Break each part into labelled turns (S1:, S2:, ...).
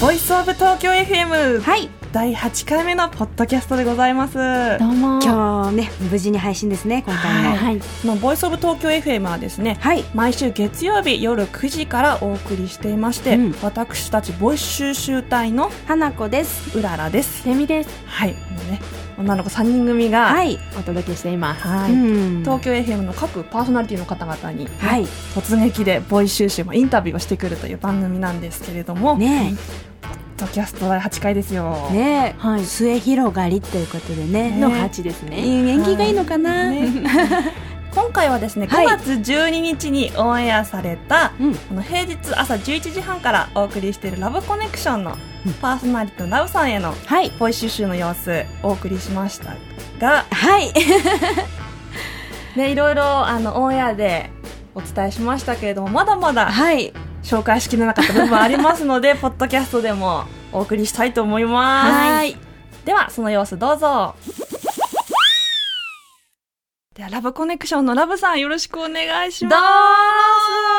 S1: ーブ東京 FM
S2: はい
S1: 第8回目のポッドキャストでございます
S3: どうも
S2: 今日ね無事に配信ですね今回も
S3: はい
S1: のボイスオブ東京 FM はですね
S2: はい
S1: 毎週月曜日夜9時からお送りしていまして、
S2: うん
S1: 私たちボイス収集隊の
S2: 花子です
S1: うららです
S3: セミです
S1: はいもうね女の子3人組が
S2: はい、
S3: お届けしています
S1: はい
S2: うん
S1: 東京 FM の各パーソナリティの方々に
S2: はい
S1: 突撃でボイス収集もインタビューをしてくるという番組なんですけれども、
S2: ね
S1: ポッドキャスト第8回ですよ、
S2: えねえ、
S3: はい
S2: 末広がりということでね
S1: ね
S3: の八です
S2: い
S3: ね
S2: い縁起がいいのかな、
S1: ね 今回はですね
S2: はい
S1: 5月12日にオンエアされた、
S2: うん
S1: この平日朝11時半からお送りしている「ラブコネクション」の
S2: うん
S1: パーソナリティのラブさんへの
S2: はい
S1: ボイス収集の様子お送りしましたが、
S2: はい
S1: ね、いろいろあのオンエアでお伝えしましたけれどもまだまだ
S2: はい
S1: 紹介しきれなかった部分ありますの でポッドキャストでもお送りしたいと思います。
S2: はい
S1: ではその様子どうぞではラブコネクションのラブさんよろしくお願いします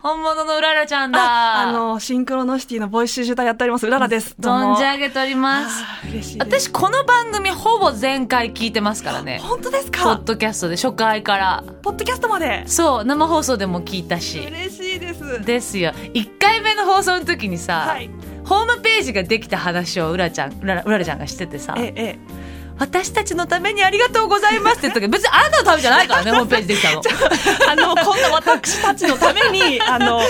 S4: 本物のうららちゃん
S1: あ
S4: だ。
S1: あのシンクロノシティのボイス集集隊やっておりますうららですどうも
S4: 存じ上げております。
S1: あー嬉しいです
S4: 私、この番組ほぼ前回聞いてますからね。
S1: 本当です
S4: ポ
S1: か
S4: ッドキャストで初回から。
S1: ポッドキャストまで
S4: そう、生放送でも聞いたし。
S1: 嬉しいです
S4: ですよ。1回目の放送の時にさ、
S1: はい
S4: ホームページができた話をうらちゃん、うららうららちゃんがしててさ、
S1: ええ
S4: 私たちのためにありがとうございますって言ったけど、別にあなたのためじゃないからね、 ホームページできたの。
S1: あのこんな私たちのためにあ の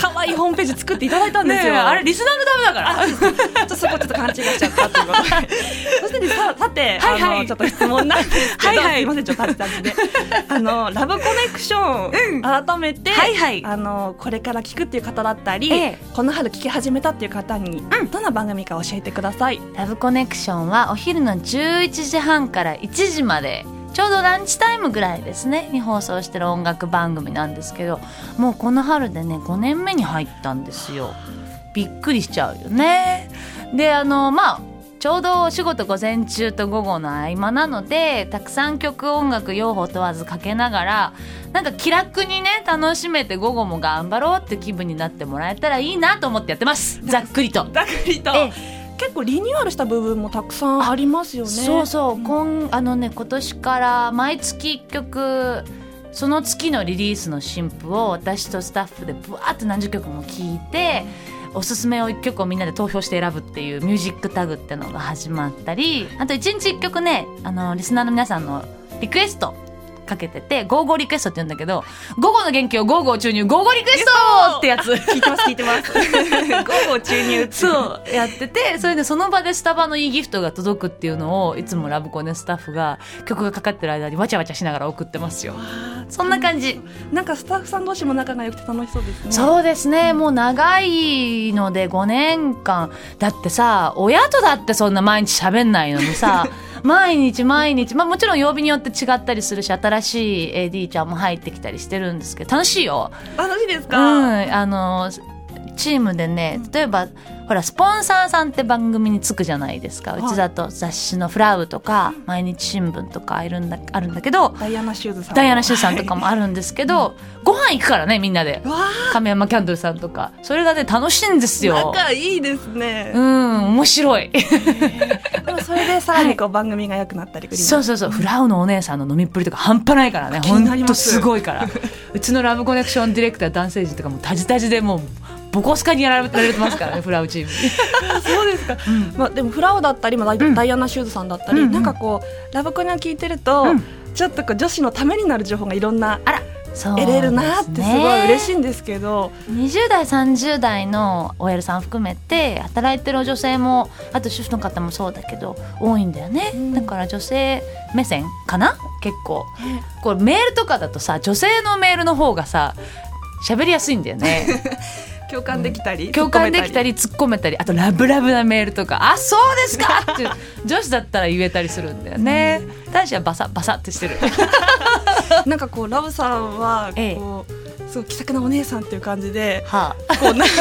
S1: 可愛いホームページ作っていただいたんで
S4: ね
S1: す
S4: え
S1: よ、
S4: あれリスナーのためだから。
S1: ちょっとそこちょっと勘違いしちゃったっていうことで そしてねささて、
S4: はいはい
S1: あのちょっと質問なんですけど
S4: はいはい
S1: すいませんちょっと立ちたんであのラブコネクション、改めて、
S4: はいはい
S1: あのこれから聞くっていう方だったり、
S4: ええ
S1: この春聞き始めたっていう方に、どんな番組か教えてください
S4: ラブコネクションはお昼の11時半から1時までちょうどランチタイムぐらいですねに放送してる音楽番組なんですけどもうこの春でね5年目に入ったんですよびっくりしちゃうよねであのまあちょうどお仕事午前中と午後の合間なのでたくさん曲音楽用法問わずかけながらなんか気楽にね楽しめて午後も頑張ろうって気分になってもらえたらいいなと思ってやってますざっくりと。
S1: ざっくりと
S4: ええ
S1: 結構リニューアルした部分もたくさんありますよね
S4: そうそう、こんあのね今年から毎月1曲その月のリリースの新譜を私とスタッフでぶわーって何十曲も聴いておすすめを1曲をみんなで投票して選ぶっていうミュージックタグってのが始まったりあと1日1曲ねあのリスナーの皆さんのリクエストかけてて「ゴーゴーリクエスト」って言うんだけど「午後の元気をゴーゴー注入ゴーゴーリクエスト!」ってやつ
S1: 聞いてます聞いてます 午後注入
S4: そうやっててそれでその場でスタバのいいギフトが届くっていうのをいつもラブコネスタッフが曲がかかってる間にわちゃわちゃしながら送ってますよそんな感じ
S1: なんかスタッフさん同士も仲が良くて楽しそうですね
S4: そうですねもう長いので5年間だってさ親とだってそんな毎日喋んないのにさ毎日毎日まあもちろん曜日によって違ったりするし新しい AD ちゃんも入ってきたりしてるんですけど楽しいよ
S1: 楽しいです
S4: うん、
S1: か、
S4: あのチームでね例えば、ほらスポンサーさんって番組につくじゃないですか、
S1: はいう
S4: ちだと雑誌の「フラウとか「毎日新聞」とかいるんだあるんだけど
S1: ダイアナシューズさんも
S4: ダイアナ・シューさんとかもあるんですけど、ご飯行くからねみんなで
S1: わあ
S4: 亀山キャンドルさんとかそれがね楽しいんですよ。
S1: 仲いいですね
S4: う、ん面白い
S1: でもそれでさらにこう番組が良くなったり
S4: そうそうそうフラウのお姉さんの飲みっぷりとか半端ないからね
S1: 気
S4: ほ
S1: になり
S4: んと
S1: ます
S4: すご いからうちのラブコネクションディレクター男性陣とかもタジタジでもうボコスカにやられてますからねフラウチーム。
S1: そうですか、まあ、でもフラオだったり、まあダイ
S4: うん
S1: ダイアナ・シューズさんだったり、
S4: うんうん
S1: なんかこうラブコネを聞いてると、
S4: うん
S1: ちょっとこう女子のためになる情報がいろんな
S4: そう
S1: 得れるなってすごい嬉し
S4: い
S1: いんですけど
S4: 20代30代の OL さん含めて働いてる女性もあと主婦の方もそうだけど多いんだよね、
S1: うん
S4: だから女性目線かな結構これメールとかだとさ女性のメールの方がさ喋りやすいんだ よね
S1: 共感できたり、
S4: 共感できた
S1: り
S4: り突っ込めたりあとラブラブなメールとか「あそうですか!」っていう女子だったら言えたりするんだよね男子はバサバサってし てる
S1: なんかこうラブさんは
S4: ええ
S1: こう、すごい気さくなお姉さんっていう感じで
S4: はあ
S1: こうなんか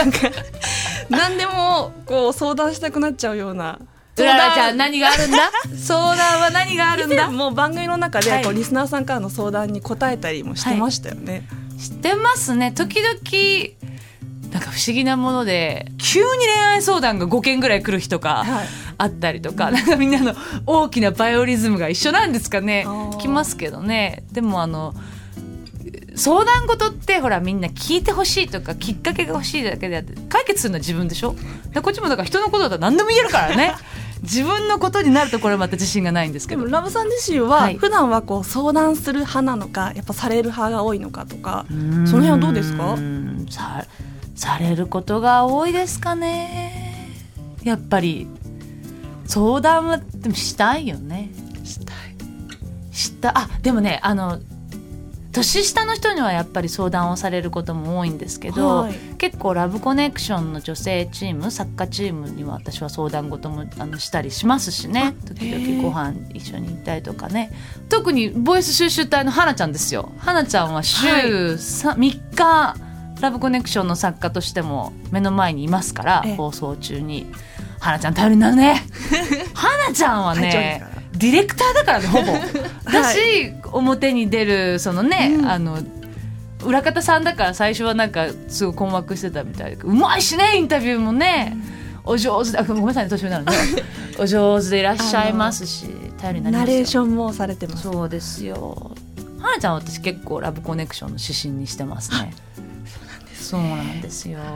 S1: 何でもこう相談したくなっちゃうよう な
S4: うららちゃん何があるん だ相談は何があるんだ
S1: でもう番組の中でこ
S4: は
S1: う
S4: い
S1: リスナーさんからの相談に答えたりもしてましたよね。
S4: してますね時々なんか不思議なもので急に恋愛相談が5件ぐらい来る日と
S1: は
S4: か
S1: い
S4: あったりとか、なんかみんなの大きなバイオリズムが一緒なんですかね
S1: あー
S4: 来ますけどねでもあの相談事ってほらみんな聞いてほしいとかきっかけが欲しいだけであって解決するのは自分でしょでこっちもだから人のことだったら何でも言えるか らね自分のことになるところはまた自信がないんですけ
S1: で
S4: ど
S1: もラブさん自身は
S4: はい
S1: 普段はこう相談する派なのかやっぱされる派が多いのかとかその辺はどうですか
S4: うーんさされることが多いですかねやっぱり相談はでもしたいよね
S1: したい
S4: したあでもねあの年下の人にはやっぱり相談をされることも多いんですけど、
S1: はい
S4: 結構ラブコネクションの女性チーム作家チームには私は相談事もあのしたりしますしね時
S1: へ
S4: 々
S1: ー
S4: ご飯一緒に行ったりとかね特にボイス収集隊の花ちゃんですよ花ちゃんは週
S1: はい
S4: 3, 3日ラブコネクションの作家としても目の前にいますから
S1: ええ
S4: 放送中に花ちゃん頼りになる ね花ちゃんは
S1: 会長です
S4: ね
S1: から
S4: ディレクターだからねほぼだし、表に出るそのね、
S1: うん
S4: あの裏方さんだから最初はなんかすごい困惑してたみたいでうまいしねインタビューもね、お上手であごめんなさいね年上なの ねお上手でいらっしゃいますし頼りになりま
S1: ナ
S4: すよ
S1: レーションもされてます
S4: そうですよはなちゃんは私結構ラブコネクションの指針にしてますねそうなんですよはい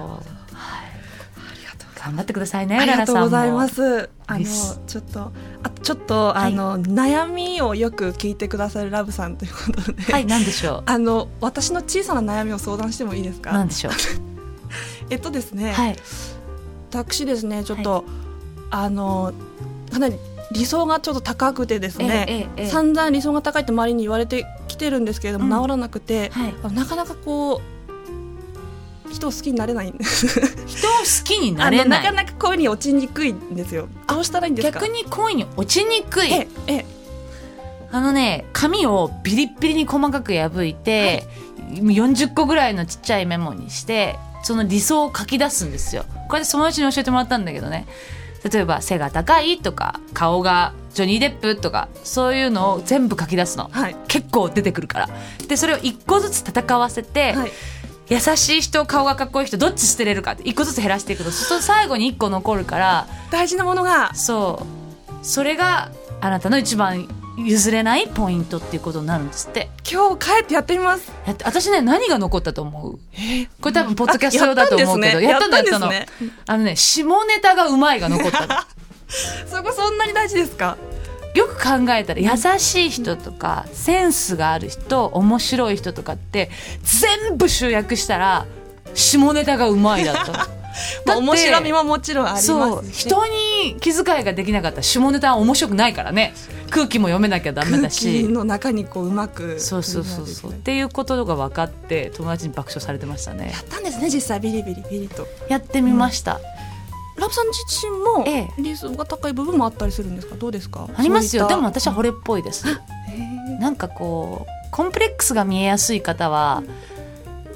S4: 頑張ってくださいね
S1: ありがとうございますす。あの
S4: 嬉し
S1: ちょっとあちょっと
S4: はい
S1: あの、悩みをよく聞いてくださるラブさんという ことで、
S4: はい何でしょう
S1: あの私の小さな悩みを相談してもいいですか
S4: 何。でしょう
S1: えっとですね、
S4: はい
S1: 私ですねちょっと、あのかなり理想がちょっと高くてですね、
S4: ええええ
S1: 散々理想が高いって周りに言われてきてるんですけれども、
S4: うん
S1: 治らなくて、
S4: はい
S1: あのなかなかこう人を好きになれないんです。
S4: 人を好きになれ
S1: あの
S4: ない
S1: なかなか恋に落ちにくいんですよ。どうしたらいいんですか。
S4: 逆に恋に落ちにくい
S1: ええええ
S4: あのね紙をビリッビリに細かく破いて、40個ぐらいのちっちゃいメモにしてその理想を書き出すんですよこれでそのうちに教えてもらったんだけどね例えば背が高いとか顔がジョニー・デップとかそういうのを全部書き出すの、
S1: はい
S4: 結構出てくるからでそれを一個ずつ戦わせて、
S1: はい。
S4: 優しい人顔がかっこいい人どっち捨てれるかって一個ずつ減らしていくとそうすると最後に一個残るから
S1: 大事なものが
S4: そうそれがあなたの一番譲れないポイントっていうことになるんですって
S1: 今日帰ってやってみます。
S4: やって私ね何が残ったと思うこれ多分ポッドキャスト用だと思うけど
S1: あやったんですね
S4: の
S1: やったんで
S4: あのね下ネタがうまいが残っ たの
S1: そこそんなに大事ですか。
S4: よく考えたら優しい人とかセンスがある人面白い人とかって全部集約したら下ネタがうまいだったのだって
S1: まあ面白みももちろんありますし
S4: そう人に気遣いができなかったら下ネタは面白くないからね空気も読めなきゃダメだ
S1: 空
S4: し
S1: 気の中にこううまく。
S4: そうそうそうそう、
S1: や
S4: っていうことが分かって友達に爆笑されてましたね
S1: ったんですね実際ビリビリビリと。
S4: やってみました、
S1: ラブさん自身も
S4: え
S1: リ想が高い部分もあったりするんですかどうですか。
S4: ありますよ
S1: そうい
S4: で
S1: った
S4: も私は惚れっぽいですなんかこうコンプレックスが見えやすい方は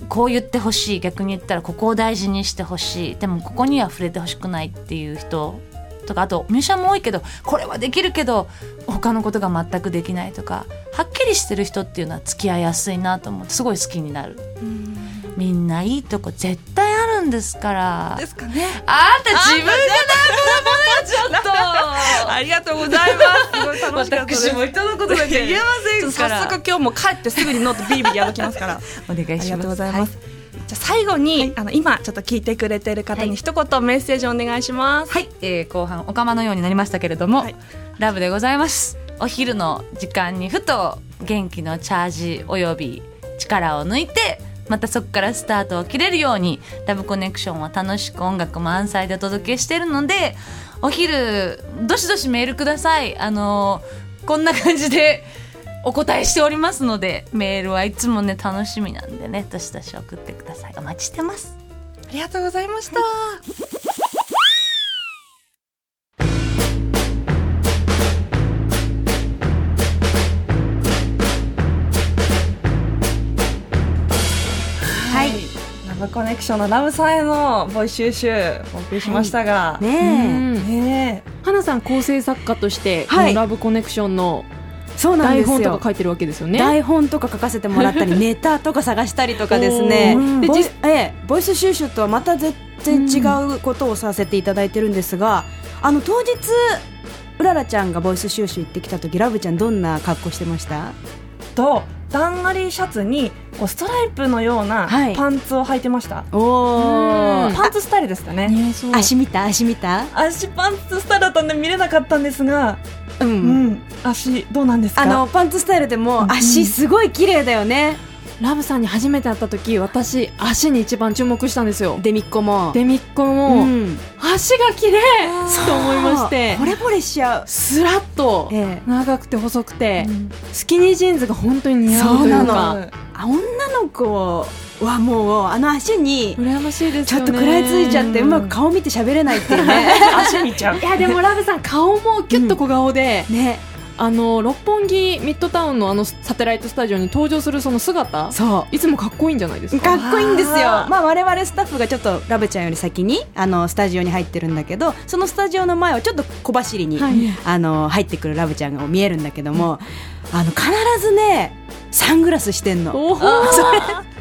S4: こう言ってほしい逆に言ったらここを大事にしてほしいでもここには触れてほしくないっていう人とかあと入社も多いけどこれはできるけど他のことが全くできないとかはっきりしてる人っていうのは付き合いやすいなと思ってすごい好きになる
S1: うん
S4: みんないいとこ絶対あるんですから
S1: ですかね。
S4: あんた自分でなんぼだ
S1: ありがとうございます。すごい
S4: も
S1: 楽
S4: ん
S1: し
S4: だ
S1: かったで
S4: よち
S1: す。
S4: ょっと私も人のことだけ言え
S1: ちょ
S4: ま
S1: っと
S4: せんから
S1: 早速今日も帰ってすぐにノートビリビリ破きます から。
S4: お願いします
S1: ありがとうございます。じゃあ最後に、あの今ちょっと聞いてくれてる方
S4: は
S1: に
S4: い
S1: 一言メッセージお願いします。
S4: はい、えー後半お釜のようになりましたけれども、
S1: はい
S4: ラブでございますお昼の時間にふと元気のチャージおよび力を抜いてまたそこからスタートを切れるようにラブコネクションは楽しく音楽満載でお届けしてるのでお昼どしどしメールくださいあのーこんな感じで お答えしておりますのでメールはいつもね楽しみなんでねどしどし送ってくださいお待ちしてます
S1: ありがとうございました。はい。ラブコネクションのラブさんへのボイ収集お送りしましたが、
S2: ねえ
S1: ねえ
S3: 花さん構成作家として、
S1: は
S3: こ
S1: い
S3: のラブコネクションの
S2: そうなん
S3: 台
S2: ですよ
S3: 本とか書いてるわけですよね。
S2: 台本とか書かせてもら ったりネタとか探したりとかです
S3: お
S2: ね
S3: ー
S2: で
S3: ボイ
S2: 実ええボイス収集とはまた全然違うことをさせていただいてるんですが、あの当日うららちゃんがボイス収集行ってきた時ラブちゃんどんな格好してました
S5: とダンガリーシャツにこうストライプのような
S2: はい
S5: パンツを履いてました、
S2: お
S5: パンツスタイルですかね
S3: ねそう
S2: 足見た足見た
S5: 足パンツスタイルだったんで見れなかったんですが
S2: う
S5: うんん足どうなんですか
S2: あのパンツスタイルでも足すごい綺麗だよね
S3: ラブさんに初めて会った時私足に一番注目したんですよ
S2: デミッコも
S3: デミッコも、
S2: うん
S3: 足が綺麗と思いまして
S2: 惚れ惚れしちゃう
S3: スラッと
S2: ええ
S3: 長くて細くて、スキニージーンズが本当に似合うという
S2: そう
S3: か
S2: なあ女の子はもうあの足に
S3: 羨ましいです
S2: ちょ
S3: よ
S2: っ
S3: ね
S2: と食らいついちゃってうまく顔見て喋れないっていうね
S5: 足見ちゃう
S3: いやでもラブさん顔もキュッと小顔で、
S2: ね
S3: あの六本木ミッドタウンのあのサテライトスタジオに登場するその姿
S2: そ
S3: いつもかっこいいんじゃないです
S2: う
S3: か
S2: かっこいいんですよ
S5: わあ
S2: まあ我々スタッフがちょっとラブちゃんより先にあのスタジオに入ってるんだけどそのスタジオの前をちょっと小走りに、
S3: はい
S2: あの入ってくるラブちゃんが見えるんだけども、あの必ずねサングラスしてんの
S3: おお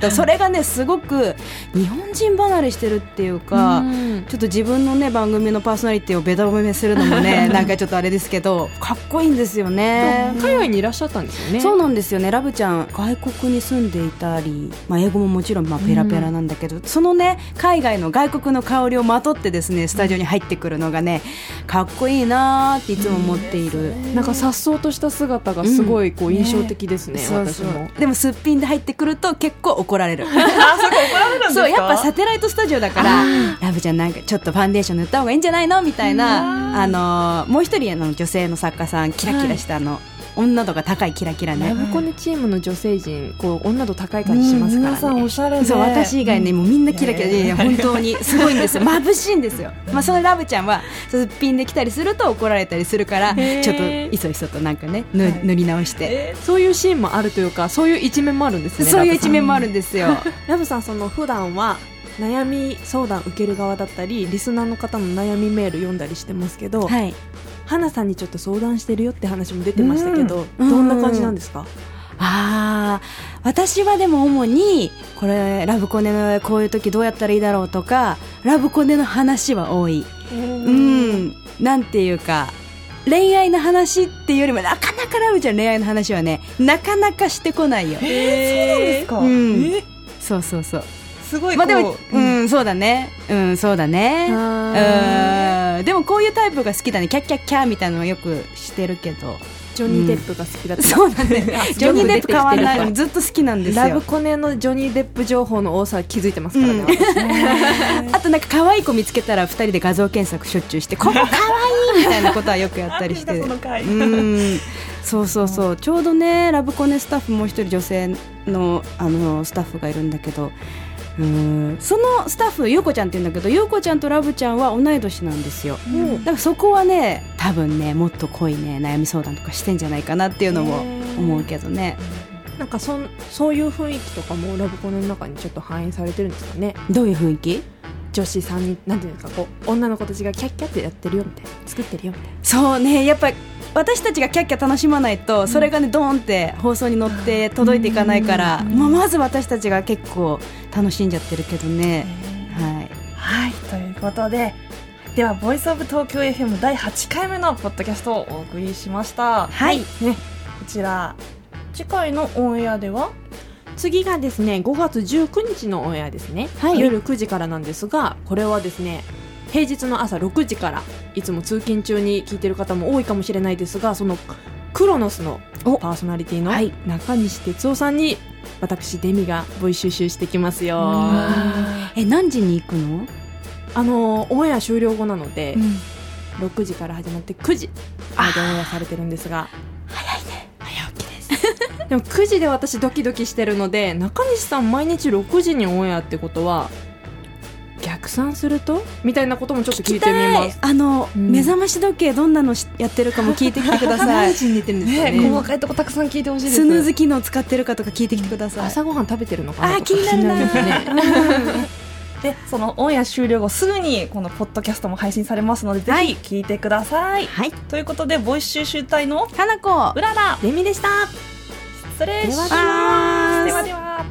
S2: だ それがねすごく日本人離れしてるっていうか、ちょっと自分のね番組のパーソナリティをべた褒めするのも ねなんかちょっとあれですけどかっこいいんですよね。
S3: 海外にいらっしゃったんですよね
S2: そうなんですよねラブちゃん外国に住んでいたり、まあ、英語ももちろんまあペラペラなんだけど、そのね海外の外国の香りをまとってですねスタジオに入ってくるのがねかっこいいなーっていつも思っている、
S3: なんか颯爽とした姿がすごいこう印象的ですね、
S2: そう
S3: 私
S2: そう
S3: も。
S2: でもすっぴんで入ってくると結構怒られ る
S5: あそこ怒られるんですか
S2: そうやっぱサテライトスタジオだからラブちゃんなんかちょっとファンデーション塗った方がいいんじゃないのみたいな、あのーもう一人あの女性の作家さんキラキラしたあの、女度が高いキラキラ
S3: ラ
S2: ね
S3: ブコネチームの女性陣こう女度高い感じしますからね、
S5: うん皆さんおしゃれで
S2: そう私以外ねもうみんなキラキラで、いやいや本当 にすごいんですよ眩しいんですよ、まあ、そのラブちゃんはすっぴんできたりすると怒られたりするから
S3: へー
S2: ちょっといそいそとなんかね塗塗り直して、
S3: そういうシーンもあるというかそういう一面もあるんですね
S2: そういう一面
S3: も
S2: もあるんですよ
S6: ラブさんその普段は悩み相談受ける側だったりリスナーの方の悩みメール読んだりしてますけど、
S2: はい
S6: 花さんにちょっと相談してるよって話も出てましたけど、
S2: うん
S6: どんな感じなんですか、
S2: あー私はでも主にこれラブコネのこういう時どうやったらいいだろうとかラブコネの話は多いうんなんていうか恋愛の話っていうよりもなかなかラブちゃん恋愛の話はねなかなかしてこないよ、
S5: えーそうなん
S2: うん
S5: ですか、
S2: そうそうそう
S5: えすごいこう、
S2: まあでもうん、そうだねうんそうだねうんでもこういうタイプが好きだねキャッキャッキャーみたいなのはよくしてるけど
S6: ジョニー・デップが好きだった、
S2: そうだねジョニー・デップ変わんないずっと好きなんですよ
S6: ラブコネのジョニー・デップ情報の多さ気づいてますからね、私
S2: あとなんか可愛い子見つけたら二人で画像検索しょっちゅうしてここ可愛いみたいなことはよくやったりして
S5: なんだその回
S2: うんそうそうそうちょうどねラブコネスタッフもう一人女性のあのスタッフがいるんだけどうんそのスタッフゆうこちゃんって言うんだけどゆうこちゃんとラブちゃんは同い年なんですよ、だからそこはね多分ねもっと濃いね悩み相談とかしてんじゃないかなっていうのも思うけどね
S6: なんかそんそういう雰囲気とかもラブコネの中にちょっと反映されてるんですかね
S2: どういう雰囲気
S6: 女子3人なんていうんですかこう女の子たちがキャッキャってやってるよみたいな作ってるよみたいな
S2: そうねやっぱ私たちがキャッキャ楽しまないとそれがねドーンって放送に乗って届いていかないから、まあ、まず私たちが結構楽しんじゃってるけどね、はい、
S5: はいということででは「ボイスオブ東京 FM」第8回目のポッドキャストをお送りしました
S2: はい
S5: ねこちら次回のオンエアでは
S6: 次がですね5月19日のオンエアですね、
S2: はい
S6: 夜9時からなんですがこれはですね平日の朝6時からいつも通勤中に聞いてる方も多いかもしれないですがそのクロノスのパーソナリティの
S2: はい
S6: 中西哲夫さんに私デミがボイ収集してきますよ
S2: え何時に行くの
S6: あのオンエア終了後なので、
S1: ん
S6: 6時から始まって9時までオンエアされてるんですが早いね早起きです でも9時で私ドキドキしてるので中西さん毎日6時にオンエアってことは逆算するとみたいなこともちょっと聞いてみます
S2: あの、
S6: うん
S2: 目覚まし時計どんなのしやってるかも聞いてきてくだ さい
S6: 時に寝てるんですか
S5: ね
S6: ね
S5: 細かいとこたくさん聞いてほしいです
S2: スヌーズ機能使ってるかとか聞いてきてください、
S6: 朝ごはん食べてるのかな
S2: あー
S6: とか
S2: 気になるな
S6: 気になりますね
S1: でそのオンエア終了後すぐにこのポッドキャストも配信されますので、
S2: はい
S1: ぜひ聞いてください、
S2: はい
S1: ということでボイス収集隊の
S2: 花子
S1: うらら
S7: レミでした
S1: 失礼します
S2: あ
S1: ではでは